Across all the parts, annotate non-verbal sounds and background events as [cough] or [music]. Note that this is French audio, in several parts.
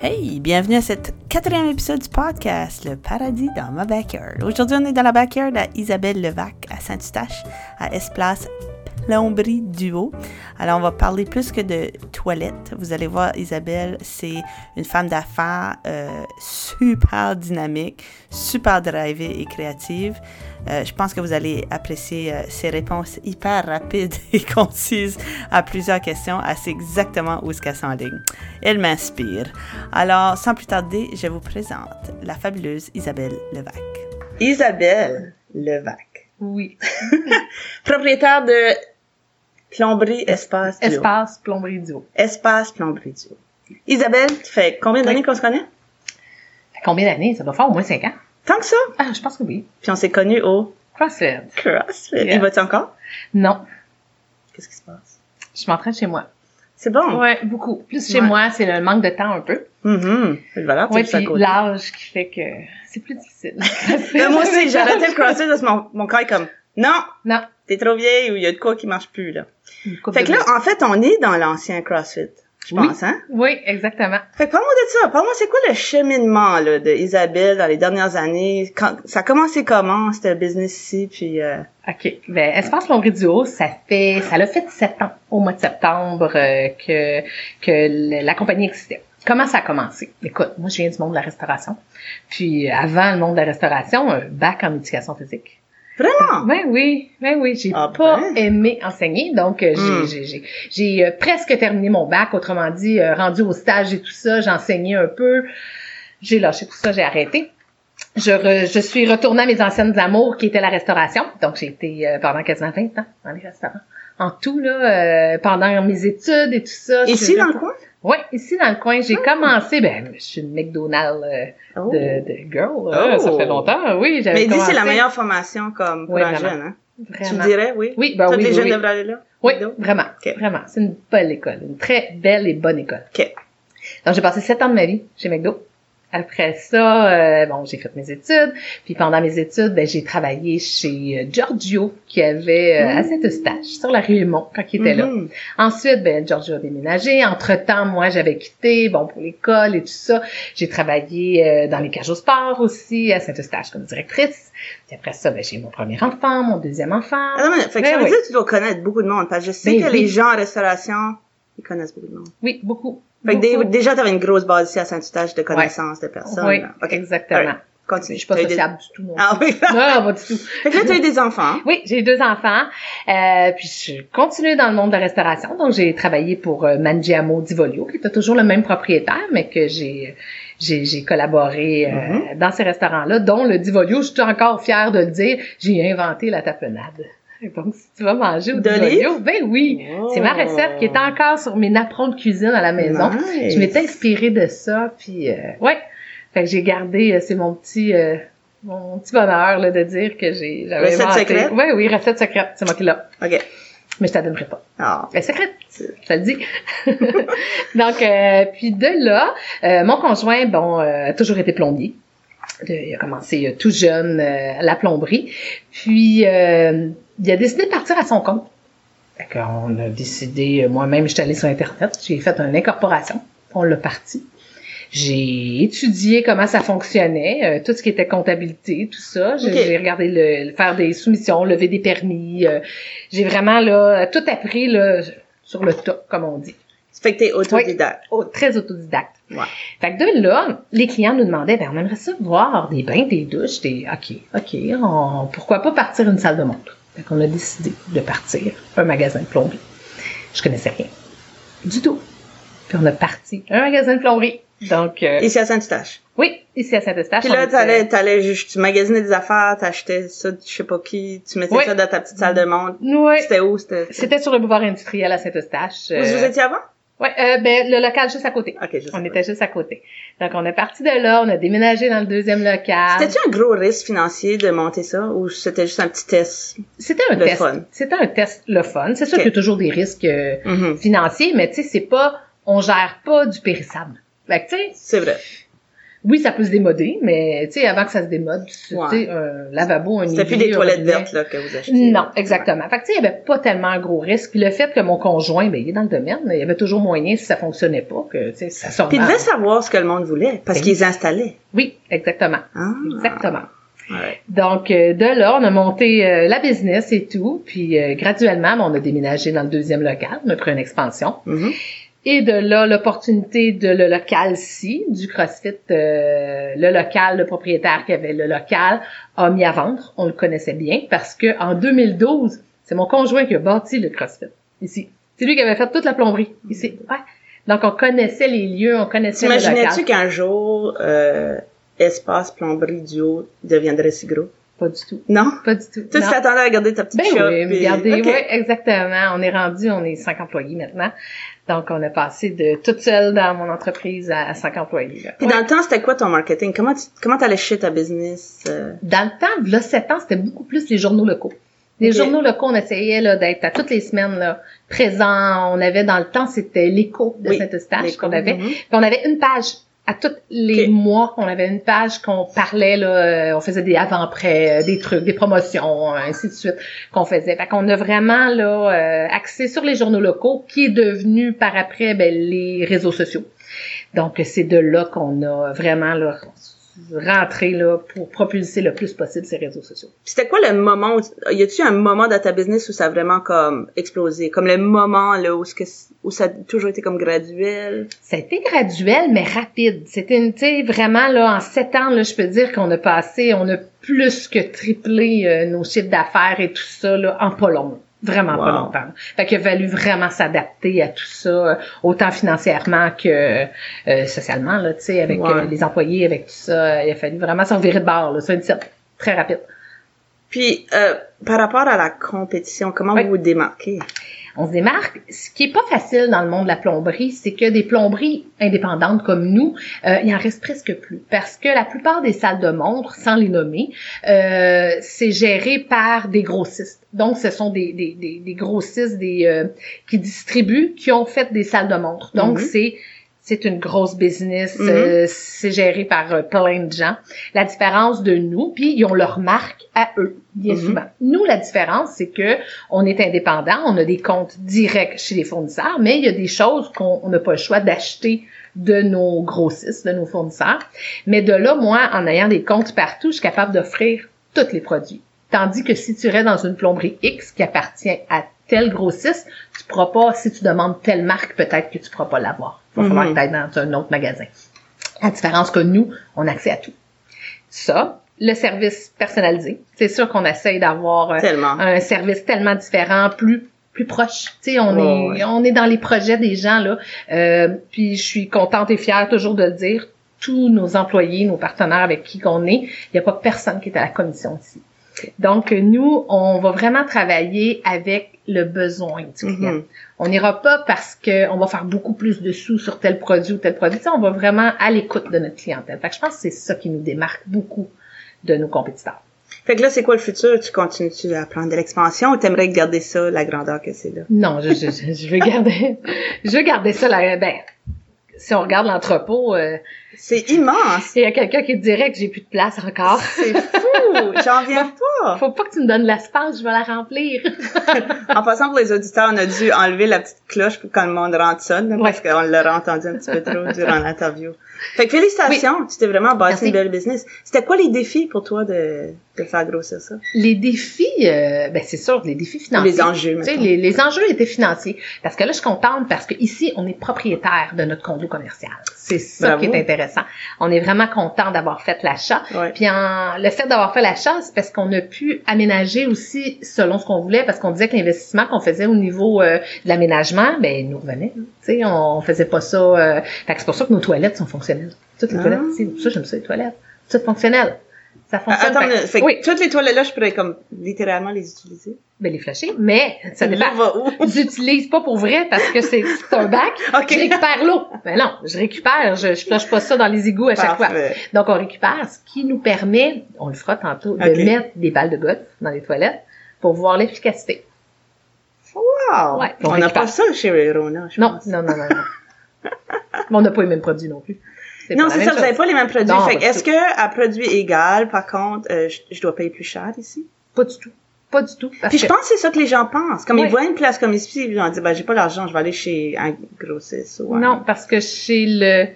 Hey, bienvenue à cette quatrième épisode du podcast Le paradis dans ma backyard. Aujourd'hui, on est dans la backyard à Isabelle Levac à Saint-Eustache, à Esplace Plomberie Duo. Alors, on va parler plus que de toilettes. Vous allez voir, Isabelle, c'est une femme d'affaires euh, super dynamique, super drivée et créative. Euh, je pense que vous allez apprécier euh, ses réponses hyper rapides [laughs] et concises à plusieurs questions. Elle sait exactement où se casser en ligne. Elle m'inspire. Alors, sans plus tarder, je vous présente la fabuleuse Isabelle Levac. Isabelle Levac, Oui. [laughs] propriétaire de Plomberie Espace Duo. [laughs] Espace plomberie duo. Espace Plomberie Duo. Isabelle, tu fais combien d'années qu'on se connaît? Fait combien d'années? Ça doit faire au moins 5 ans. Tant que ça. Ah, je pense que oui. Puis on s'est connus au CrossFit. CrossFit. Yeah. Il va-tu encore? Non, Qu'est-ce qui se passe? je m'entraîne chez moi. C'est bon. Ouais, beaucoup. Plus chez Ouais. moi, c'est le manque de temps un peu. Mhm. Le valeur, tu Ouais, le fais à puis côté. l'âge qui fait que c'est [laughs] plus difficile. Mais moi aussi, j'ai arrêté le CrossFit parce que mon, mon corps est comme, non, [laughs] Non. t'es trop vieille ou il y a de quoi qui marche plus, là. Une coupe Fait de que là, minutes. en fait, on est dans l'ancien CrossFit, je Oui. pense, hein? Oui, exactement. Fait que parle-moi de ça. Parle-moi, c'est quoi le cheminement, là, de Isabelle dans les dernières années? Quand, ça a commencé comment, ce business-ci, puis euh, OK. Ben, Espace Plomberie du Haut, ça fait, ça l'a fait sept ans au mois de septembre euh, que, que le- la compagnie existait. Comment ça a commencé? Écoute, moi, je viens du monde de la restauration. Puis, euh, avant le monde de la restauration, un bac en éducation physique. vraiment? Ben oui, ben oui, j'ai Ah pas ben. aimé enseigner, donc euh, j'ai- Hmm. j'ai- j'ai j'ai, euh, presque terminé mon bac, autrement dit, euh, rendu au stage et tout ça, j'enseignais un peu, j'ai lâché tout ça, j'ai arrêté. Je, re- je suis retournée à mes anciennes amours qui étaient la restauration, donc j'ai été euh, pendant quasiment 20 ans dans les restaurants. En tout, là, euh, pendant mes études et tout ça. Ici, dans le coin? Ah. Oui, ici dans le coin. J'ai commencé, ben, je suis une McDonald's euh, Oh. de, de girl, là, Oh. ça fait longtemps, oui. j'avais Mais ici, c'est la commencé. meilleure formation comme pour Oui, un vraiment. jeune, hein? Tu me Vraiment. dirais, oui? Oui, ben Tous oui, les oui, jeunes oui. devraient aller là? Oui, Ido? vraiment. Ok. Vraiment. C'est une belle école. Une très belle et bonne école. Ok. Donc, j'ai passé sept ans de ma vie chez McDo. Après ça, euh, bon, j'ai fait mes études. Puis pendant mes études, ben, j'ai travaillé chez euh, Giorgio, qui avait Mmh. euh, à Saint-Eustache, sur la rue Mont, quand il était là. Mhm. Ensuite, ben, Giorgio a déménagé. Entre-temps, moi, j'avais quitté, bon, pour l'école et tout ça. J'ai travaillé euh, dans les cages au sport aussi, à Saint-Eustache, comme directrice. Puis après ça, ben, j'ai eu mon premier enfant, mon deuxième enfant. Attends, Ah mais, fait que Ben ça veut oui. dire que tu dois connaître beaucoup de monde, parce que je sais Ben que oui. les gens en restauration, ils connaissent beaucoup de monde. Oui, beaucoup. Fait que dé- beaucoup. déjà, t'avais une grosse base ici à Saint-Eustache de connaissances de personnes. Oui, là. OK, exactement. Alright. Je continue. suis pas T'as eu des- sociable du tout, non. Ah oui. [laughs] [laughs] Non, pas du tout. fait que là, t'as eu des enfants. Oui, j'ai eu deux enfants. Euh, puis je continue dans le monde de la restauration. Donc, j'ai travaillé pour euh, Mangiamo Divolio, qui était toujours le même propriétaire, mais que j'ai j'ai, j'ai collaboré euh, Mhm. dans ces restaurants-là, dont le Divolio, je suis encore fière de le dire, j'ai inventé la tapenade. Donc, si tu vas manger au De Divolio, ben oui, c'est ma Oh. recette qui est encore sur mes napperons de cuisine à la maison. Nice. Je m'étais inspirée de ça, puis euh, ouais. Fait que j'ai gardé, euh, c'est mon petit, euh, mon petit bonheur là, de dire que j'ai, j'avais Recette inventé- secrète? Ouais, oui, recette secrète, c'est moi qui l'ai. OK. Mais je te la donnerai pas. Ah. Elle est secrète, ça le dit. [laughs] Donc, euh, puis de là, euh, mon conjoint, bon, euh, a toujours été plombier. De- il a commencé euh, tout jeune euh, à la plomberie. Puis, euh, il a décidé de partir à son compte. Fait qu'on a décidé, euh, moi-même, je suis allée sur Internet, j'ai fait une incorporation. On l'a parti. J'ai étudié comment ça fonctionnait, euh, tout ce qui était comptabilité, tout ça. J'ai Ok. j'ai regardé le, le- faire des soumissions, lever des permis. euh, j'ai vraiment là tout appris là sur le tas, comme on dit. Ça Fait que t'es autodidacte. Au- très autodidacte. Ouais. Fait que de là, les clients nous demandaient, ben on aimerait ça voir des bains, des douches, des ok, ok, on- pourquoi pas partir une salle de montre. Fait qu'on a décidé de partir un magasin de plomberie. Je connaissais rien du tout. Puis on a parti un magasin de plomberie. Donc euh, Ici à Saint-Eustache. oui, ici à Saint-Eustache. Puis on là, était- t'allais, t'allais, juste- tu magasinais des affaires, t'achetais ça, de je sais pas qui, tu mettais Oui. ça dans ta petite salle de monde. Ouais. C'était où? C'était, C'était sur le boulevard industriel à Saint-Eustache. Où vous Euh, étiez avant? ouais, euh, ben, le local juste à côté. OK, je sais On pas. était juste à côté. Donc, on est parti de là, on a déménagé dans le deuxième local. C'était-tu un gros risque financier de monter ça ou c'était juste un petit test? C'était un le test. fun? C'était un test le fun. C'est sûr Ok. qu'il y a toujours des risques euh, Mhm. financiers, mais tu sais, c'est pas, on gère pas du périssable. Fait que, tu sais, C'est vrai. oui, ça peut se démoder, mais tu sais, avant que ça se démode, tu Ouais. sais, un lavabo, un C'était évier, plus des un toilettes robinet. vertes là, que vous achetez. Non, exactement. Fait que, tu sais, il n'y avait pas tellement un gros risque. Puis le fait que mon conjoint, ben, il est dans le domaine, mais il y avait toujours moyen, si ça fonctionnait pas, que, tu sais, ça sorte. Puis ils devaient savoir ce que le monde voulait, parce Ah. Oui. qu'ils installaient. Oui, exactement. Ah, Exactement. ouais. Donc, euh, de là, on a monté euh, la business et tout. Puis, euh, graduellement, ben, on a déménagé dans le deuxième local. On a pris une expansion. Mhm. Et de là, l'opportunité de le local-ci, du CrossFit, euh, le local, le propriétaire qui avait le local, a mis à vendre. On le connaissait bien parce que en 2012, c'est mon conjoint qui a bâti le CrossFit ici. C'est lui qui avait fait toute la plomberie ici. Ouais. Donc, on connaissait les lieux, on connaissait le T'imaginais-tu local. qu'un jour, euh, Espace Plomberie Duo deviendrait si gros? Pas du tout. Non? Pas du tout. Tu Non. t'attendais à regarder ta petite Ben shop. oui, puis- regardez, OK. ouais, exactement. On est rendu, on est cinq employés maintenant. Donc, on a passé de toute seule dans mon entreprise à cinq employés. là. Puis dans le temps, c'était quoi ton marketing? Comment tu comment t'allais chier ta business? euh? Dans le temps, là, 7 ans, c'était beaucoup plus les journaux locaux. Les Ok. journaux locaux, on essayait là, d'être à toutes les semaines là, présents. On avait dans le temps, c'était l'écho de Oui, Saint-Eustache les qu'on cours, avait. mhm. Puis on avait une page à tous les Ok. mois. On avait une page qu'on parlait, là, euh, on faisait des avant-après, euh, des trucs, des promotions, euh, ainsi de suite, qu'on faisait. Fait qu'on a vraiment là, euh, axé sur les journaux locaux, qui est devenu par après ben, les réseaux sociaux. Donc, c'est de là qu'on a vraiment là, rentré là, pour propulser le plus possible ces réseaux sociaux. Puis C'était quoi le moment? Où, tu- y a-tu un moment dans ta business où ça a vraiment comme explosé? Comme le moment là où, ce que, où ça a toujours été comme graduel? Ça a été graduel, mais rapide. C'était une, tu sais, vraiment, là, en sept ans, là, je peux dire qu'on a passé, on a plus que triplé euh, nos chiffres d'affaires et tout ça, là, en pas long. Vraiment pas Wow. longtemps. Fait qu'il a fallu vraiment s'adapter à tout ça, euh, autant financièrement que euh, socialement, là, tu sais, avec Ouais. euh, les employés, avec tout ça. euh, Il a fallu vraiment s'en virer de bord, là. Ça, une sorte- très rapide. Puis euh, par rapport à la compétition, comment Oui. vous vous démarquez? on se démarque. Ce qui est pas facile dans le monde de la plomberie, c'est que des plomberies indépendantes comme nous, euh, il en reste presque plus. Parce que la plupart des salles de montre, sans les nommer, euh, c'est géré par des grossistes. Donc, ce sont des, des, des, des grossistes des, euh, qui distribuent, qui ont fait des salles de montre. Donc, Mhm. c'est c'est une grosse business, Mhm. euh, c'est géré par euh, plein de gens. La différence de nous, puis ils ont leur marque à eux, bien Mhm. souvent. Nous, la différence, c'est que on est indépendant, on a des comptes directs chez les fournisseurs, mais il y a des choses qu'on on n'a pas le choix d'acheter de nos grossistes, de nos fournisseurs. Mais de là, moi, en ayant des comptes partout, je suis capable d'offrir tous les produits. Tandis que si tu irais dans une plomberie X qui appartient à tel grossiste, tu pourras pas, si tu demandes telle marque, peut-être que tu pourras pas l'avoir. Il va falloir Mhm. que tu dans un autre magasin. La différence que nous, on a accès à tout. Ça, le service personnalisé. C'est sûr qu'on essaye d'avoir euh, Tellement. un service tellement différent, plus plus proche. Tu sais, on Ouais, est ouais. on est dans les projets des gens là. Euh, puis je suis contente et fière toujours de le dire. Tous nos employés, nos partenaires avec qui qu'on est, il n'y a pas personne qui est à la commission ici. Donc euh, nous, on va vraiment travailler avec le besoin du client. Mhm. On n'ira pas parce que on va faire beaucoup plus de sous sur tel produit ou tel produit. Tu sais, on va vraiment à l'écoute de notre clientèle. Fait que je pense que c'est ça qui nous démarque beaucoup de nos compétiteurs. Fait que là, c'est quoi le futur? Tu continues-tu à prendre de l'expansion ou t'aimerais garder ça, la grandeur que c'est là? Non, je, je, je, je veux garder, [laughs] je veux garder ça là. Ben, si on regarde l'entrepôt, euh, C'est immense! s'il y a quelqu'un qui te dirait que j'ai plus de place encore, C'est fou! J'en viens pas! faut pas que tu me donnes l'espace, je vais la remplir. En passant pour les auditeurs, on a dû enlever la petite cloche pour quand le monde rentre sonne, là, parce qu'on l'aurait entendu un petit peu trop [laughs] durant l'interview. Fait que félicitations, tu t'es vraiment bâti Merci. une belle business. C'était quoi les défis pour toi de, de faire grossir ça? Les défis, euh, ben c'est sûr, les défis financiers. les enjeux, Tu sais, maintenant. les, les enjeux étaient financiers. Parce que là, je suis contente parce que ici, on est propriétaire de notre condo commercial. C'est ça Bravo. qui est intéressant. On est vraiment content d'avoir fait l'achat. Ouais. Puis en- le fait d'avoir fait l'achat, c'est parce qu'on a pu aménager aussi selon ce qu'on voulait, parce qu'on disait que l'investissement qu'on faisait au niveau euh, de l'aménagement, ben il nous revenait. hein. Tu sais, on faisait pas ça. euh, Fait que c'est pour ça que nos toilettes sont fonctionnelles. Toutes les Ah. toilettes, c'est pour ça que j'aime ça les toilettes. Toutes fonctionnelles. Ça fonctionne. Attends, Fait que- mais- fait que oui, toutes les toilettes-là, je pourrais comme littéralement les utiliser. ben les flasher, mais ça Là, dépend. [laughs] va où? J'utilise pas pour vrai parce que c'est c'est un bac. Je OK. récupère l'eau. Mais non, je récupère, je, je flush pas ça dans les égouts à chaque fois. Parfait. Donc, on récupère ce qui nous permet, on le fera tantôt, de Ok. mettre des balles de golf dans les toilettes pour voir l'efficacité. Wow! Ouais, Ah, on on n'a récupère. pas ça chez Rona, je Non, pense. [laughs] non, non, non, non. Mais on n'a pas les mêmes produits non plus. C'est- c'est Non, pas la c'est même ça, vous chose. n'avez pas les mêmes produits. Non, fait pas que du est-ce tout. que à produit égal, par contre, euh, je, je dois payer plus cher ici? Pas du tout. Pas du tout. Parce Puis je que- pense que c'est ça que les gens pensent. Comme Ouais. ils voient une place comme ici, ils vont dire, ben, j'ai pas l'argent, je vais aller chez un grossiste ou un- Non, parce que chez le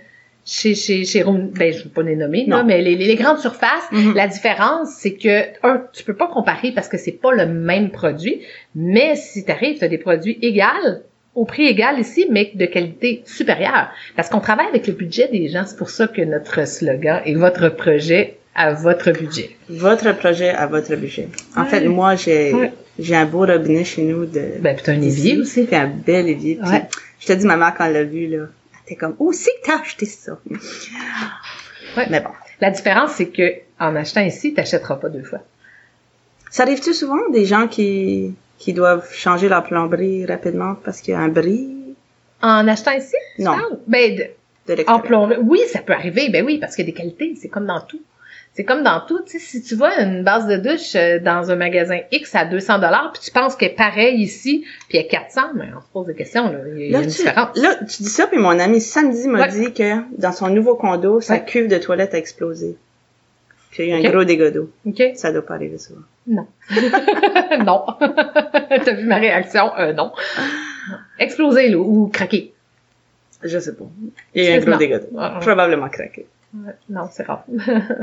chez chez chez Rhône- ben je veux pas les nommer là, Non. mais les, les- les grandes surfaces, Mhm. la différence c'est que un tu peux pas comparer parce que c'est pas le même produit, mais si tu arrives tu as des produits égaux au prix égal ici, mais de qualité supérieure. Parce qu'on travaille avec le budget des gens, c'est pour ça que notre slogan est votre projet à votre budget. Votre projet à votre budget. En Ouais. fait, moi, j'ai, Ouais. j'ai un beau robinet chez nous de. Ben, puis t'as un évier aussi. Puis un bel évier. Puis Ouais. Je te dis, maman, quand elle l'a vu, là, elle était comme, oh, c'est que t'as acheté ça. Ouais. Mais bon. La différence c'est que en achetant ici, t'achèteras pas deux fois. Ça arrive-tu souvent des gens qui, qui doivent changer leur plomberie rapidement parce qu'il y a un bris En achetant ici, tu Non. parles? Ben, de- de En l'extérieur? plomberie. Oui, ça peut arriver, ben oui, parce qu'il y a des qualités, c'est comme dans tout. C'est comme dans tout, tu sais, si tu vois une base de douche euh, dans un magasin X à 200 dollars, puis tu penses qu'elle est pareille ici, puis elle est 400, mais ben, on se pose des questions là, il y a, il y a Là une tu, différence. là, tu dis ça, puis mon ami samedi m'a Ouais. dit que dans son nouveau condo, sa Ouais. cuve de toilette a explosé. Puis il y a eu Ok. un gros dégât d'eau. OK [laughs] Ça doit pas arriver souvent. Non. [laughs] T'as vu ma réaction Euh, non. Non. Exploser là, ou craquer. Je sais pas. Il y a eu un Sûrement. gros dégât d'eau. Ah, ah. Probablement craqué. Ouais, Non, c'est rare.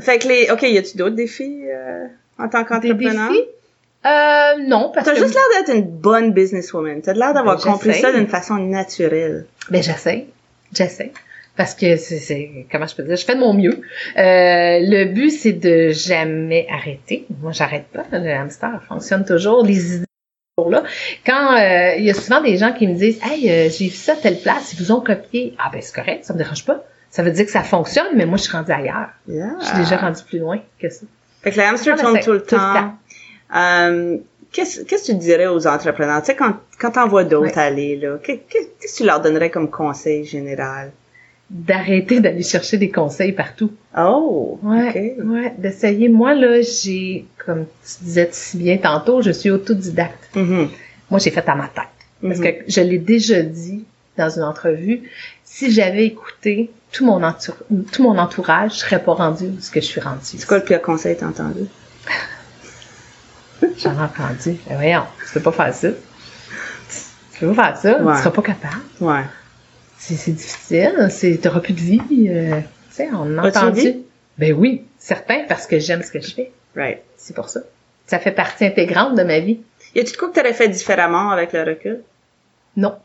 Fait que les. OK, y a-tu d'autres défis euh, en tant Des qu'entrepreneur? défis euh, non, parce T'as que juste l'air d'être une bonne businesswoman. T'as l'air d'avoir Ben, compris j'essaie. ça d'une façon naturelle. Ben j'essaie, j'essaie. Parce que c'est- c'est comment je peux dire, je fais de mon mieux. Euh, le but c'est de jamais arrêter. Moi j'arrête pas, le hamster fonctionne toujours. Les idées sont toujours là. Quand euh, il y a souvent des gens qui me disent, hey euh, j'ai vu ça à telle place, ils vous ont copié. Ah ben c'est correct, ça me dérange pas. Ça veut dire que ça fonctionne, mais moi je suis rendue ailleurs. Yeah. Je suis déjà rendue plus loin que ça. Fait que le hamster Ah, ben, tourne c'est tout le temps. Euh, Qu'est-ce qu'est-ce que tu dirais aux entrepreneurs? Tu sais, quand, quand t'en vois d'autres Ouais. aller, là, qu'est- qu'est- qu'est-ce que tu leur donnerais comme conseil général? D'arrêter d'aller chercher des conseils partout. Oh, Ouais, ok. ouais, d'essayer. Moi, là, j'ai, comme tu disais si bien tantôt, je suis autodidacte. Mhm, Moi, j'ai fait à ma tête. Parce mhm. que je l'ai déjà dit dans une entrevue, si j'avais écouté tout mon, entour, tout mon entourage, je serais pas rendue où ce que je suis rendue. C'est quoi le pire conseil que t'as entendu? J'en ai entendu. Mais voyons, tu peux pas faire ça. Tu peux pas faire ça, Ouais. tu seras pas capable. Ouais. C'est c'est difficile, c'est- t'auras plus de vie. euh, tu sais, on a As-tu une entendu. vie? Ben oui, certain, parce que j'aime ce que je fais. Right. C'est pour ça. Ça fait partie intégrante de ma vie. Y a-tu de quoi que t'aurais fait différemment avec le recul? Non,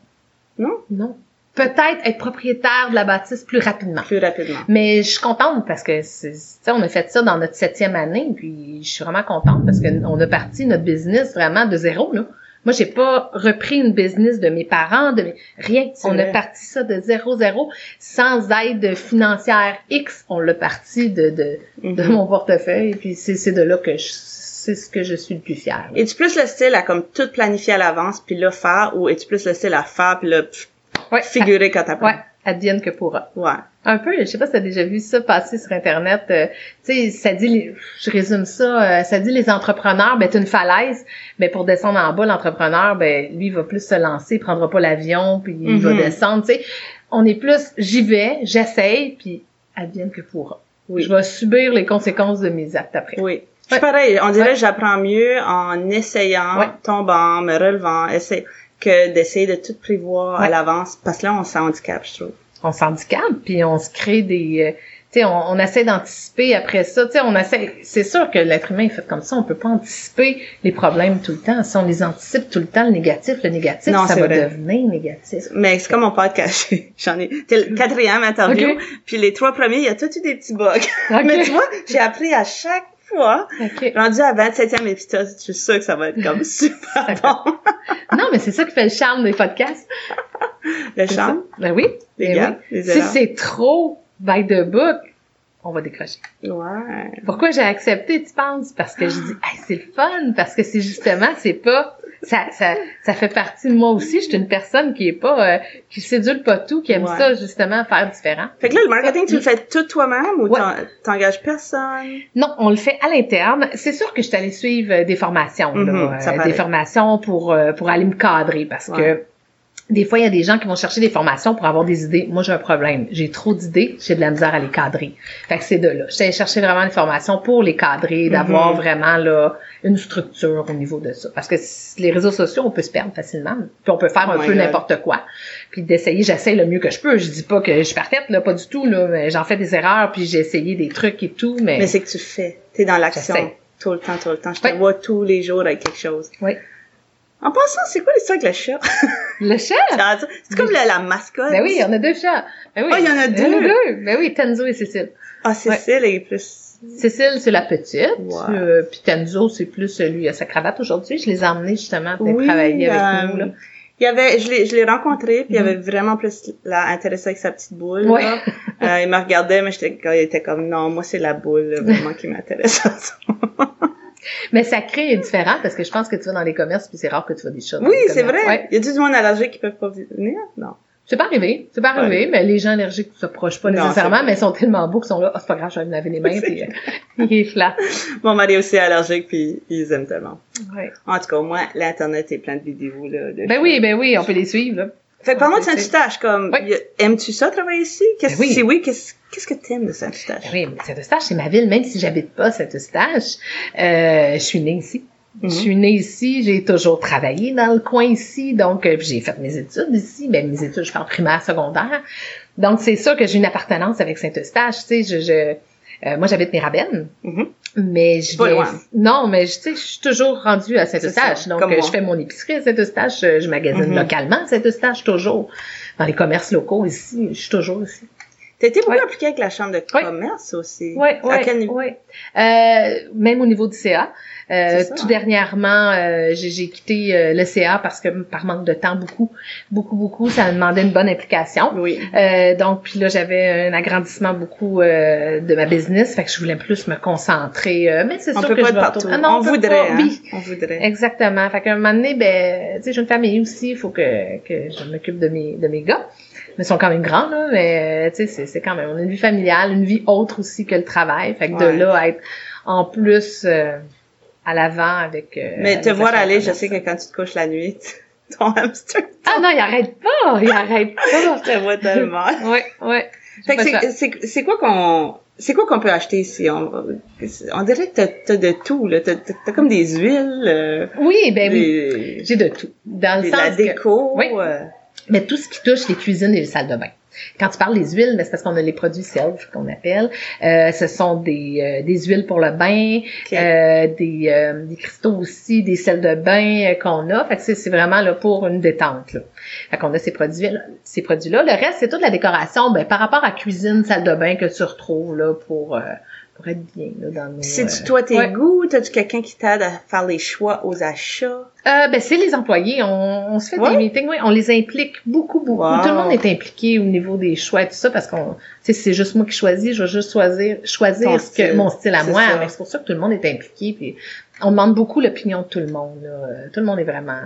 Non? non. Peut-être être propriétaire de la bâtisse plus rapidement. Plus rapidement. Mais je suis contente parce que, c'est- tu sais, on a fait ça dans notre septième année, puis je suis vraiment contente parce qu'on a parti notre business vraiment de zéro, là. Moi, j'ai pas repris une business de mes parents, de mes- rien. C'est On a vrai. parti ça de zéro, zéro, sans aide financière X. On l'a parti de, de, de Mhm. mon portefeuille, puis c'est c'est de là que je- c'est ce que je suis le plus fière. là. Es-tu plus le style à comme tout planifier à l'avance puis le faire ou es-tu plus le style à faire puis le pff, Ouais, figurer quand t'apprends? ouais, advienne que pourra. Ouais. Un peu, je sais pas si t'as déjà vu ça passer sur internet. euh, tu sais, ça dit, les- je résume ça, euh, ça dit les entrepreneurs, ben t'as une falaise, ben pour descendre en bas, l'entrepreneur, ben lui il va plus se lancer, il prendra pas l'avion, puis il va Mhm. descendre. Tu sais, on est plus, j'y vais, j'essaye, puis advienne que pourra. Oui. Je vais subir les conséquences de mes actes après. Oui. Je suis Ouais. pareil. On dirait Ouais. que j'apprends mieux en essayant, Ouais. tombant, me relevant, essayer, que d'essayer de tout prévoir Ouais. à l'avance. Parce que là, on s'handicape, je trouve. on s'handicape, puis on se crée des... euh, tu sais, on, on essaie d'anticiper après ça. Tu sais, on essaie... C'est sûr que l'être humain est fait comme ça. On peut pas anticiper les problèmes tout le temps. Si on les anticipe tout le temps, le négatif, le négatif, Non, ça c'est va vrai. devenir négatif. Mais c'est comme mon [laughs] podcast. J'en ai. C'est le quatrième interview. Ok. Puis les trois premiers, il y a tout eu des petits bugs. [laughs] OK. Mais tu vois, j'ai appris à chaque fois. OK. Rendu à 27e épisode, je suis sûre que ça va être [laughs] comme super bon. Non, mais c'est ça qui fait le charme des podcasts. Le C'est ça. charme, Ben oui. les ben gars, oui. les Si erreurs. c'est trop by the book, on va décrocher. Ouais. Pourquoi j'ai accepté, tu penses? Parce que je dis, hey, c'est le fun, parce que c'est justement, c'est pas, ça, ça, ça fait partie de moi aussi. Je suis une personne qui est pas, euh, qui séduit pas tout, qui aime Ouais. ça, justement, faire différent. Fait que là, le marketing, tu le fais tout toi-même ou Ouais. t'en- t'engages personne? Non, on le fait à l'interne. C'est sûr que je suis allée suivre euh, des formations, là, Mhm, ça euh, paraît. des formations pour euh, pour aller me cadrer parce Ouais. que des fois, il y a des gens qui vont chercher des formations pour avoir des idées. Moi, j'ai un problème. J'ai trop d'idées, j'ai de la misère à les cadrer. Fait que c'est de là. J'allais chercher vraiment des formations pour les Mhm. cadrer, d'avoir mm -hmm. vraiment là une structure au niveau de ça. Parce que les réseaux sociaux, on peut se perdre facilement. Puis on peut faire un oh peu n'importe quoi. Puis d'essayer, j'essaye le mieux que je peux. Je dis pas que je suis parfaite, là, pas du tout. Là. J'en fais des erreurs, puis j'ai essayé des trucs et tout. Mais, mais c'est que tu fais. T'es dans l'action. Tout le temps, tout le temps. Je te oui. vois tous les jours avec quelque chose. Oui. En passant, c'est quoi l'histoire avec le chat? Le chat? C'est comme la, la, mascotte. Ben Ah. oui, il y en a deux chats. Ben oui. Oh, il y en a deux? Il y en a deux. Ben oui, Tenzo et Cécile. Ah, Cécile ouais. est plus... Cécile, c'est la petite. Wow. Euh, puis Tenzo, c'est plus lui à sa cravate aujourd'hui. Je les ai emmenés justement pour oui, travailler avec euh, nous. Là. Mm-hmm. Il y avait, je l'ai, je l'ai rencontré, puis mm -hmm. il avait vraiment plus la, intéressé avec sa petite boule. Ouais. Là. Euh, il me regardait, mais j'étais, il était comme, non, moi, c'est la boule, vraiment, qui [laughs] m'intéresse [laughs] à ça. Mais sacré est différent parce que je pense que tu vas dans les commerces puis c'est rare que tu vois des chats. Oui, c'est vrai. Ouais. Il y a du monde allergique qui peuvent pas venir, non? C'est pas arrivé, c'est pas arrivé, ouais. mais les gens allergiques ne s'approchent pas non, nécessairement, mais ils sont tellement beaux qu'ils sont là, oh, c'est pas grave, je vais me laver [laughs] les mains, puis [laughs] euh, il est flat. Mon mari aussi est allergique, puis ils aiment tellement. Ouais. En tout cas, au moins, l'Internet est plein de vidéos. Là, de ben choses. oui, ben oui, on peut les suivre. Là. Fait que parle-moi de Saint-Eustache, comme, oui. aimes-tu ça travailler ici? Qu'est-ce, ben oui. Si oui, qu'est-ce, qu'est-ce que t'aimes de Saint-Eustache? Ben oui, Saint-Eustache, c'est ma ville, même si j'habite pas Saint-Eustache, euh, je suis née ici. Mm -hmm. Je suis née ici, j'ai toujours travaillé dans le coin ici, donc euh, j'ai fait mes études ici, ben mes études, je fais en primaire, secondaire. Donc c'est sûr que j'ai une appartenance avec Saint-Eustache, tu sais, je, je euh, moi j'habite Mirabel, mm -hmm. mais je viens... non, mais je sais, je suis toujours rendue à Saint-Eustache, donc euh, je fais mon épicerie à Saint-Eustache, je, je magasine mm -hmm. localement à Saint-Eustache toujours, dans les commerces locaux ici, je suis toujours ici. T'as été beaucoup ouais. impliquée avec la chambre de commerce ouais. aussi. Oui, oui, à quel niveau? Ouais. Euh, même au niveau du CA. Euh, ça, tout hein. dernièrement, euh, j'ai quitté le CA parce que par manque de temps, beaucoup, beaucoup, beaucoup, ça demandait une bonne implication. Euh, Oui. donc, puis là, j'avais un agrandissement beaucoup euh, de ma business, fait que je voulais plus me concentrer. euh, mais c'est sûr peut que pas je vais partout. Ah, non, on, on voudrait, pas, oui. Euh, hein? on voudrait. Exactement. Fait qu'à un moment donné, ben, tu sais, j'ai une famille aussi, il faut que, que je m'occupe de mes, de mes gars mais sont quand même grands là mais euh, tu sais c'est quand même on a une vie familiale une vie autre aussi que le travail fait que ouais. de là à être en plus euh, à l'avant avec euh, mais avec te voir aller je sais que quand tu te couches la nuit [laughs] ton hamster ah non il arrête pas il arrête pas je te vois tellement ouais ouais fait que c'est c'est quoi qu'on c'est quoi qu'on peut acheter ici? On, on dirait que t'as as de tout, là. T'as as comme des huiles. Euh, oui, ben des, oui. J'ai de tout. Dans le sens la déco. euh. Que, oui mais tout ce qui touche les cuisines et les salles de bain. Quand tu parles des huiles, c'est parce qu'on a les produits self qu'on appelle. Euh, ce sont des, euh, des huiles pour le bain, okay. euh, des, des cristaux aussi, des sels de bain euh, qu'on a. Fait que c'est vraiment là pour une détente. Là. Fait qu'on a ces produits là, ces produits là. Le reste c'est toute la décoration. Ben par rapport à cuisine, salle de bain que tu retrouves là pour euh, pour être bien là, dans nos. C'est tu toi tes ouais. goûts, t'as-tu quelqu'un qui t'aide à faire les choix aux achats? Euh, ben c'est les employés, on, on se fait ouais. des meetings, oui, on les implique beaucoup, beaucoup. Wow. Tout le monde est impliqué au niveau des choix et tout ça parce qu'on, c'est juste moi qui choisis, je vais juste choisir, choisir ce que, mon style à moi. Ça. Mais c'est pour ça que tout le monde est impliqué, puis on demande beaucoup l'opinion de tout le monde. Là. Tout le monde est vraiment.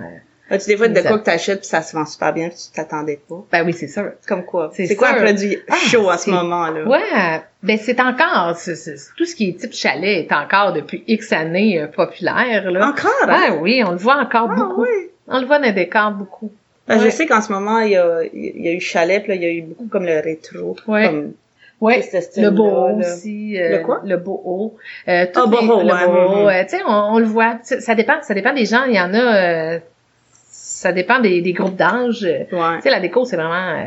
Ah, tu des fois, de quoi que t'achètes puis ça se vend super bien puis tu t'attendais pas. Ben oui, c'est sûr. Comme quoi? C'est quoi un produit chaud ah, en ce moment, là? Ouais. Ben, c'est encore, c est, c est, tout ce qui est type chalet est encore depuis X années euh, populaire, là. Encore? Hein? Ben oui, on le voit encore ah, beaucoup. Oui. On le voit dans des décors beaucoup. Ben, ouais. je sais qu'en ce moment, il y a, il y a eu chalet puis il y a eu beaucoup comme le rétro. Ouais. Comme Ouais, le beau aussi. Euh, le quoi? Le beau euh, oh, les, beau, le beau, ouais. tu sais, on, on, le voit. T'sais, ça dépend, ça dépend des gens. Il y en a, euh, ça dépend des, des groupes d'âge. Ouais. Tu sais, la déco, c'est vraiment... Euh...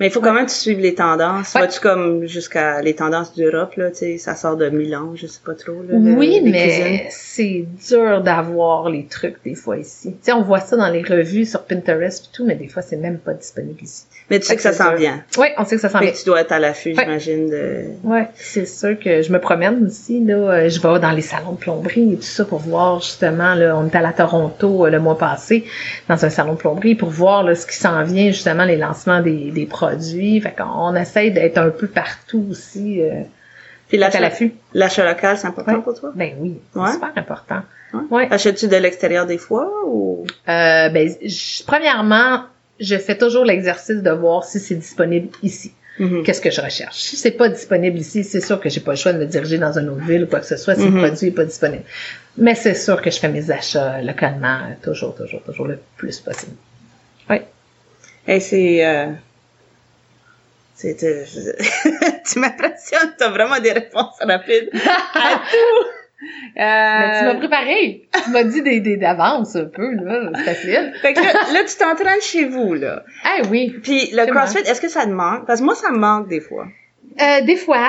Mais il faut ouais. quand même suivre les tendances. Ouais. Vas-tu comme jusqu'à les tendances d'Europe, là, tu sais, ça sort de Milan, je sais pas trop, là, Oui, le, mais c'est dur d'avoir les trucs, des fois, ici. Tu sais, on voit ça dans les revues sur Pinterest et tout, mais des fois, c'est même pas disponible ici. Mais tu fait sais que, que ça sent bien. Oui, on sait que ça sent bien. tu dois être à l'affût, j'imagine, de... Oui, c'est sûr que je me promène aussi, là, Euh, je vais dans les salons de plomberie et tout ça pour voir, justement, là, on était à la Toronto euh, le mois passé, dans un salon de plomberie, pour voir, là, ce qui s'en vient, justement, les lancements des, des produits. Fait qu'on essaye d'être un peu partout aussi. Euh, Puis l'achat local, c'est important ouais. pour toi? Ben oui, c'est ouais. super important. Ouais. ouais. Achètes-tu de l'extérieur des fois ou? Euh, ben, je, premièrement, je fais toujours l'exercice de voir si c'est disponible ici. Mm -hmm. Qu'est-ce que je recherche? Si c'est pas disponible ici, c'est sûr que j'ai pas le choix de me diriger dans une autre ville ou quoi que ce soit si mm -hmm. le produit est pas disponible. Mais c'est sûr que je fais mes achats localement, toujours, toujours, toujours le plus possible. Oui. Et c'est... euh, c'est- c'est- c'est- [laughs] tu m'impressionnes, t'as vraiment des réponses rapides [laughs] à tout. Mais tu Euh, m'as préparé. Tu m'as dit des, des, d'avance un peu, là. C'est facile. fait que [laughs] là, là, tu t'entraînes chez vous, là. Ah oui. Puis le Absolument. CrossFit, est-ce que ça te manque? Parce que moi, ça me manque des fois. Euh, des fois,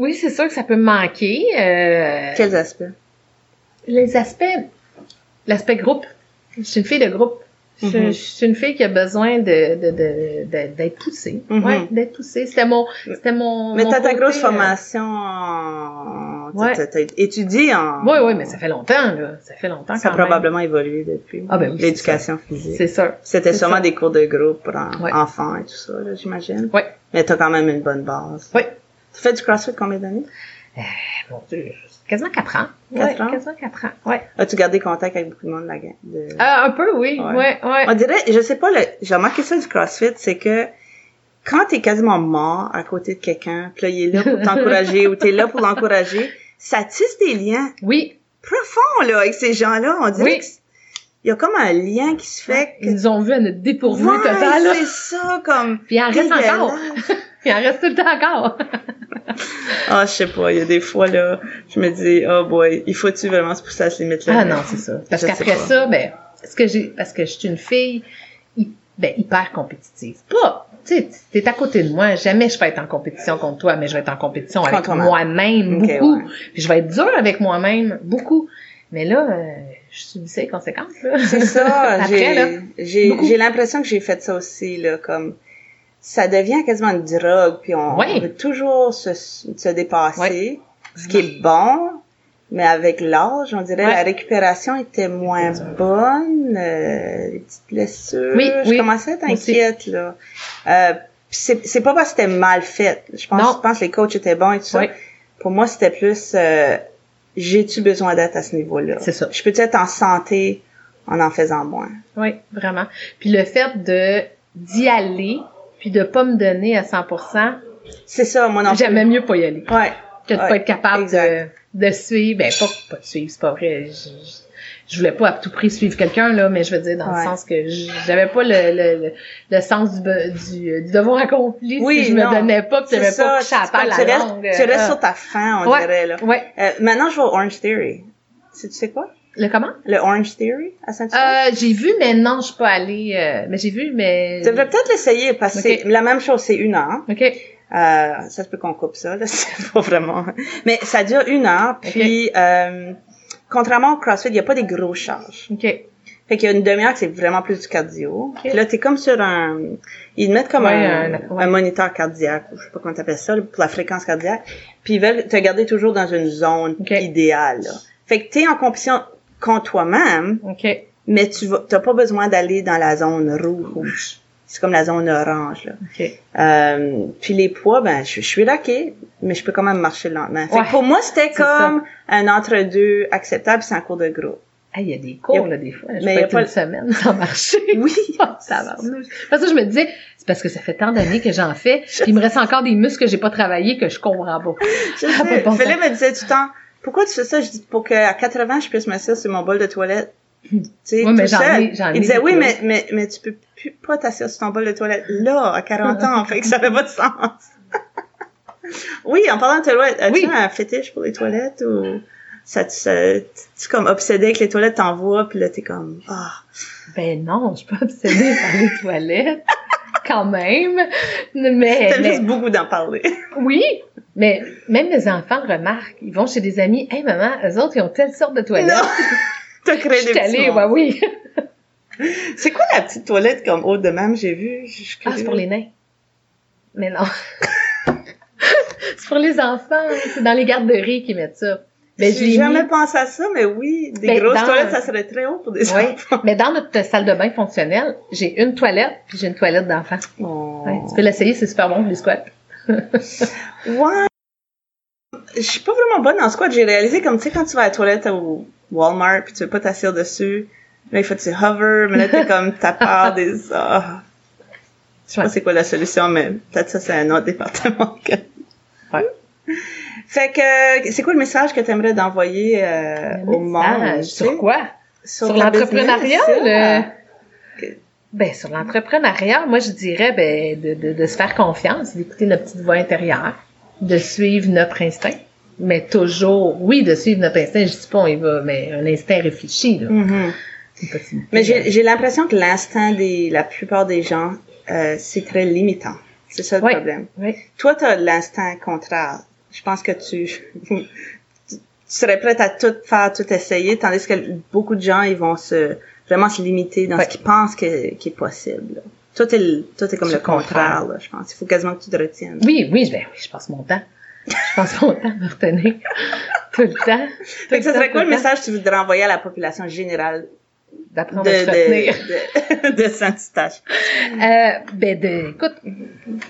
oui, c'est sûr que ça peut me manquer. euh, Quels aspects? les aspects, l'aspect groupe. Je suis une fille de groupe. Je, Mhm. je suis une fille qui a besoin de, de, de, de- d'être poussée. Mhm. Ouais, d'être poussée. C'était mon, c'était mon. Mais mon t'as ta côté, grosse euh, formation en... Ouais. T'as t'as étudié en... Oui, oui, mais ça fait longtemps, là. Ça fait longtemps Ça a quand même. probablement évolué depuis. Ah, ben oui, c'est L'éducation physique. C'est sûr. C'était c'est sûrement ça. des cours de groupe pour en- Ouais. enfants et tout ça, là, j'imagine. Ouais. Mais t'as quand même une bonne base. Oui. Tu fais du CrossFit combien d'années? Eh, Mon Dieu, quasiment quatre ans. Quatre Ouais, ans? Quasiment quatre ans. Ouais. As-tu gardé contact avec beaucoup de monde de la gang? de- Euh, un peu, oui. Ouais. Ouais, ouais. On dirait, je sais pas, le- j'ai remarqué ça du CrossFit, c'est que quand t'es quasiment mort à côté de quelqu'un, puis là, il est là pour t'encourager [laughs] ou t'es là pour l'encourager, ça tisse des liens Oui. profonds, là, avec ces gens-là. On dirait Oui. que c'est- il y a comme un lien qui se fait que... Ils nous ont vu à notre dépourvu Ouais, total. là. c'est ça, comme... Puis il en reste dégueulasse. encore. [laughs] Il en reste tout le temps encore. Ah, je sais pas, il y a des fois, là, je me dis, oh boy, il faut-tu vraiment se pousser à cette limite-là? Ah non, c'est ça. Parce Euh, Je sais qu'après pas. ça, ben, ce que j'ai, parce que je suis une fille, hy- ben, hyper compétitive. Pas, tu sais, t'es à côté de moi. Jamais je vais être en compétition contre toi, mais je vais être en compétition avec Contre moi. moi-même Ok, beaucoup. ouais. Puis je vais être dure avec moi-même beaucoup. Mais là, euh, je subissais les conséquences. Là. C'est ça, [laughs] Après, j'ai- là, j'ai beaucoup. j'ai l'impression que j'ai fait ça aussi, là, comme... Ça devient quasiment une drogue, puis on, Ouais. on veut toujours se, se dépasser, Ouais. ce qui est bon, mais avec l'âge, on dirait Ouais. la récupération était moins C'est dur. bonne, euh, les petites blessures, Oui, je oui. commençais à être Moi aussi. inquiète, là. Euh, puis c'est c'est pas parce que c'était mal fait, je pense, Non. je pense que les coachs étaient bons et tout ça, Ouais. pour moi, c'était plus euh, j'ai-tu besoin d'être à ce niveau-là? C'est ça. Je peux être en santé en en faisant moins. Oui, vraiment. Puis le fait de d'y aller, puis de pas me donner à 100%, C'est ça, moi non plus. j'aimais mieux pas y aller. Ouais. que de Ouais, pas être capable de, exact. de suivre, ben pas, pas de suivre, c'est pas vrai. Je, je- je voulais pas à tout prix suivre quelqu'un là, mais je veux dire dans Ouais. le sens que j- j'avais pas le, le, le, le sens du, be- du, du devoir accompli Oui, si je non. me donnais pas, que j'avais C'est pas ça, couché à c'est comme terre la tu restes, langue. tu restes Ah. sur ta faim, on Ouais. dirait. Là. Ouais. Euh, maintenant, je vais au Orange Theory. Tu, tu sais quoi? Le comment? Le Orange Theory à Saint-Eustache? Euh, j'ai vu, mais non, je suis pas allée. euh, mais j'ai vu, mais. Tu devrais peut-être l'essayer parce que Ok. c'est la même chose, c'est une heure. Ok. Euh, ça se peut qu'on coupe ça, là, [laughs] c'est pas vraiment. Mais ça dure une heure, puis euh, contrairement au CrossFit, il n'y a pas des gros charges. Ok. Fait qu'il y a une demi-heure que c'est vraiment plus du cardio. Puis là, t'es comme sur un... Ils te mettent comme Ouais, un, un- ouais. un moniteur cardiaque, ou je sais pas comment t'appelles ça, là, pour la fréquence cardiaque. Puis ils veulent te garder toujours dans une zone Ok. idéale. là. Fait que t'es en compétition contre toi-même, Ok. mais tu vas, t'as pas besoin d'aller dans la zone rouge. C'est comme la zone orange, là. Ok. Euh, puis les poids, ben, je, je suis raquée, mais je peux quand même marcher lentement. Fait que Ouais. pour moi, c'était C'est ça. comme un entre-deux acceptable, c'est un cours de groupe. Ah, il y a des Y a- cours, là, des fois. Je mais mais y a peux pas pas une le- semaine [laughs] sans marcher. Oui. ça va. Parce que je me disais, c'est parce que ça fait tant d'années que j'en [laughs] fais, puis il me reste encore des muscles que j'ai pas travaillé que je comprends pas. Je Ah, sais. bon, bon Philippe me disait tout le temps, pourquoi tu fais ça? Je dis, pour qu'à 80, je puisse me mettre sur mon bol de toilette. Tu sais, [laughs] Ouais, mais tout j'en seul. ai- j'en ai Il disait, des oui, kilos. mais, mais, mais tu peux plus pas t'asseoir sur ton bol de toilette là, à 40 ans. fait que ça fait pas de sens. [laughs] oui, en parlant de toilette, as-tu Oui. un fétiche pour les toilettes ou ça, te- ça- tu es comme obsédé avec les toilettes, t'en vois, puis là, t'es comme, ah. Ben non, je suis pas obsédée par les toilettes. [laughs] Quand même. Mais, T'aimes Eh, mais- juste beaucoup d'en parler. oui. Mais même les enfants remarquent. Ils vont chez des amis. Hey, maman, eux autres, ils ont telle sorte de [laughs] toilette. Non. [laughs] T'as créé je des suis petits allée, monstres. bah [laughs] oui. C'est quoi la petite toilette comme haute de même, j'ai vu? Je suis Ah, c'est pour curieuse. les nains. Mais non. [laughs] c'est pour les enfants. C'est dans les garderies qu'ils mettent ça. Ben, je J'ai l'ai jamais mis. pensé à ça, mais oui, des Ben, grosses dans- toilettes, ça serait très haut pour des Oui, enfants. mais dans notre salle de bain fonctionnelle, j'ai une toilette puis j'ai une toilette d'enfant. Oh. Ouais, tu peux l'essayer, c'est super bon pour les squats. Ouais. Je suis pas vraiment bonne en squat. J'ai réalisé comme, tu sais, quand tu vas à la toilette au Walmart puis tu veux pas t'asseoir dessus, là, il faut que tu hover, mais [laughs] là, t'es comme, t'as peur des... ah. Je sais pas Ouais. c'est quoi la solution, mais peut-être ça, c'est un autre département. que- Ouais. Fait que, c'est quoi le message que t'aimerais d'envoyer euh, Un au monde? message. tu sais? Sur quoi? Sur ta l'entrepreneuriat, business, ça? le- Que- Ben, sur l'entrepreneuriat, moi, je dirais ben, de, de, de se faire confiance, d'écouter notre petite voix intérieure, de suivre notre instinct. Mais toujours, oui, de suivre notre instinct, je dis pas on y va, mais un instinct réfléchi, là. Mhm. C'est pas si- Mais j'ai j'ai l'impression que l'instinct de la plupart des gens, euh, c'est très limitant. C'est ça le Ouais. problème. Oui. Toi, tu as l'instinct contraire. Je pense que tu, [laughs] tu serais prête à tout faire, tout essayer, tandis que beaucoup de gens, ils vont se vraiment se limiter dans Ouais. ce qu'ils pensent que, qui est possible. là. Toi, t'es le- toi, t'es comme Je le contraire, comprends. là, je pense. Il faut quasiment que tu te retiennes. Oui, oui, ben oui, je passe mon temps. Je passe mon temps à me retenir. Tout le temps. Tout Fait que ce le temps, serait tout quoi le temps, message que tu voudrais envoyer à la population générale de, D'apprendre à se retenir. de, [laughs] de, de Saint-Eustache? Euh, ben, de, écoute, de-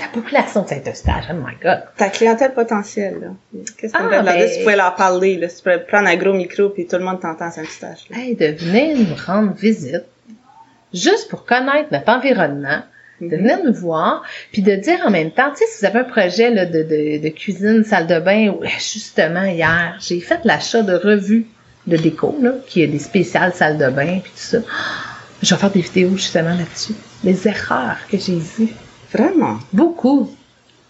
la population de Saint-Eustache, oh my God. Ta clientèle potentielle, là. Qu'est-ce que Ah, t'aimerais leur dire? ben- Si tu pouvais leur parler, là, si tu pouvais prendre un gros micro puis tout le monde t'entend à Saint-Eustache, là. Hey, de venir nous rendre visite, juste pour connaître notre environnement, de Mhm. venir nous voir, puis de dire en même temps, tu sais, si vous avez un projet là, de, de, de cuisine, salle de bain, ou- justement hier, j'ai fait l'achat de revues de déco, là, qui est des spéciales salles de bain, puis tout ça. Je vais faire des vidéos justement là-dessus. Les erreurs que j'ai vues. Vraiment? Beaucoup.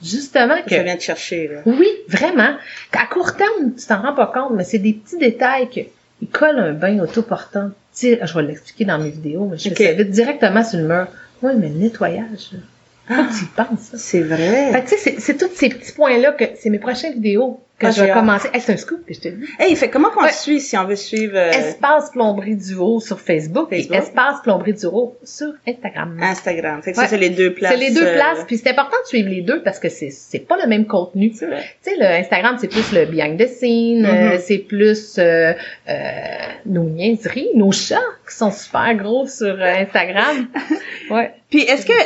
Justement que... Je viens te chercher, là. Oui, vraiment. À court terme, tu t'en rends pas compte, mais c'est des petits détails que il colle un bain autoportant. Tire- Je vais l'expliquer dans mes vidéos, mais je Ok. fais ça vite directement sur le mur. Oui, mais le nettoyage, là. faut que tu y penses. là. C'est vrai. Fait que tu sais, c'est- c'est tous ces petits points-là que c'est mes prochaines vidéos que Ah, je vais j'ai hâte. commencer. Hey, c'est un scoop que je te dis. Hey, fait comment qu'on Ouais. te suit si on veut suivre euh, Espace Plomberie Duo sur Facebook, Facebook. et Espace Plomberie Duo sur Instagram. Instagram? Fait que Ouais. ça, c'est les deux places. C'est les deux euh, places, puis c'est important de suivre les deux parce que c'est c'est pas le même contenu. C'est vrai. Tu sais, le Instagram, c'est plus le behind the scene, euh, Mhm. c'est plus euh, euh, nos niaiseries, nos chats qui sont super gros sur [laughs] euh, Instagram. ouais. Puis est-ce que,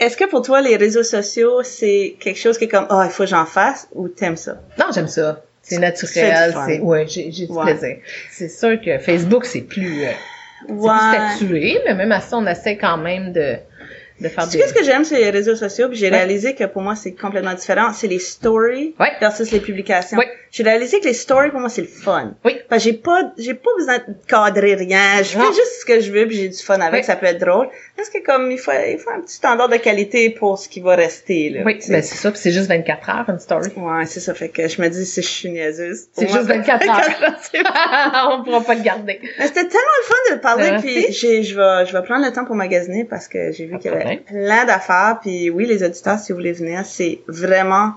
est-ce que pour toi, les réseaux sociaux, c'est quelque chose qui est comme, ah, il faut que j'en fasse ou t'aimes ça? Non, j'aime ça. C'est C'est du naturel, fun. c'est ouais, j'ai j'ai du Ouais. plaisir. C'est sûr que Facebook c'est plus, euh, c'est plus statué, mais même à ça on essaie quand même de de faire Tu des sais ce que j'aime sur les réseaux sociaux, puis j'ai Ouais. réalisé que pour moi c'est complètement différent, c'est les stories Ouais. versus les publications. Ouais. J'ai réalisé que les stories pour moi c'est le fun. Oui. Parce que j'ai pas j'ai pas besoin de cadrer rien, je Non. fais juste ce que je veux puis j'ai du fun avec, Ouais. ça peut être drôle. Parce que comme il faut il faut un petit standard de qualité pour ce qui va rester là. Oui, tu sais. ben c'est ça, puis c'est juste 24 heures une story. Ouais, c'est ça fait que je me dis si je suis niaiseuse. au C'est moins, juste 24 heures. [laughs] c'est bon. on pourra pas le garder. Mais [laughs] C'était tellement le fun de parler, Merci. puis j'ai, je vais, je vais prendre le temps pour magasiner parce que j'ai vu Euh. Pas de qu'il y avait problème. plein d'affaires, puis oui, les auditeurs, si vous voulez venir, c'est vraiment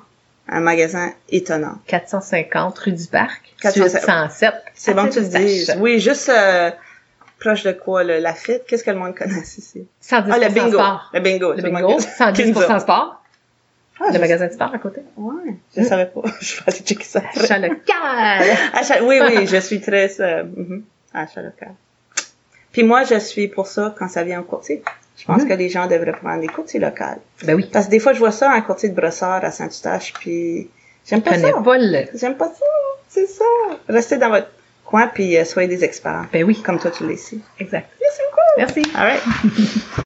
un magasin étonnant. 450 rue du Parc, 407. 807. C'est à bon que tu le Saint-Eustache. dises. Oui, juste euh, proche de quoi, le, la fête, qu'est-ce que le monde connaît ici? 110 Ah, le bingo. sport. Le bingo. Le tout le monde bingo, connaît. 110 Quinze sport. Ah, je- Le magasin de sport à côté. Ouais, je savais pas. [laughs] je vais aller checker ça. après. [laughs] Achat local. À Cha- oui, oui, je suis très euh, mhm, à achat local. Puis moi, je suis pour ça quand ça vient en courtier. Je pense Mhm. que les gens devraient prendre des courtiers locaux. Ben oui. Parce que des fois, je vois ça, un courtier de brossard à Saint-Eustache, puis j'aime Je pas ça. connais pas le. J'aime pas ça, c'est ça. Restez dans votre coin, puis euh, soyez des experts, Ben oui. comme toi, tu l'es ici. Exact. Merci beaucoup. Merci. All right.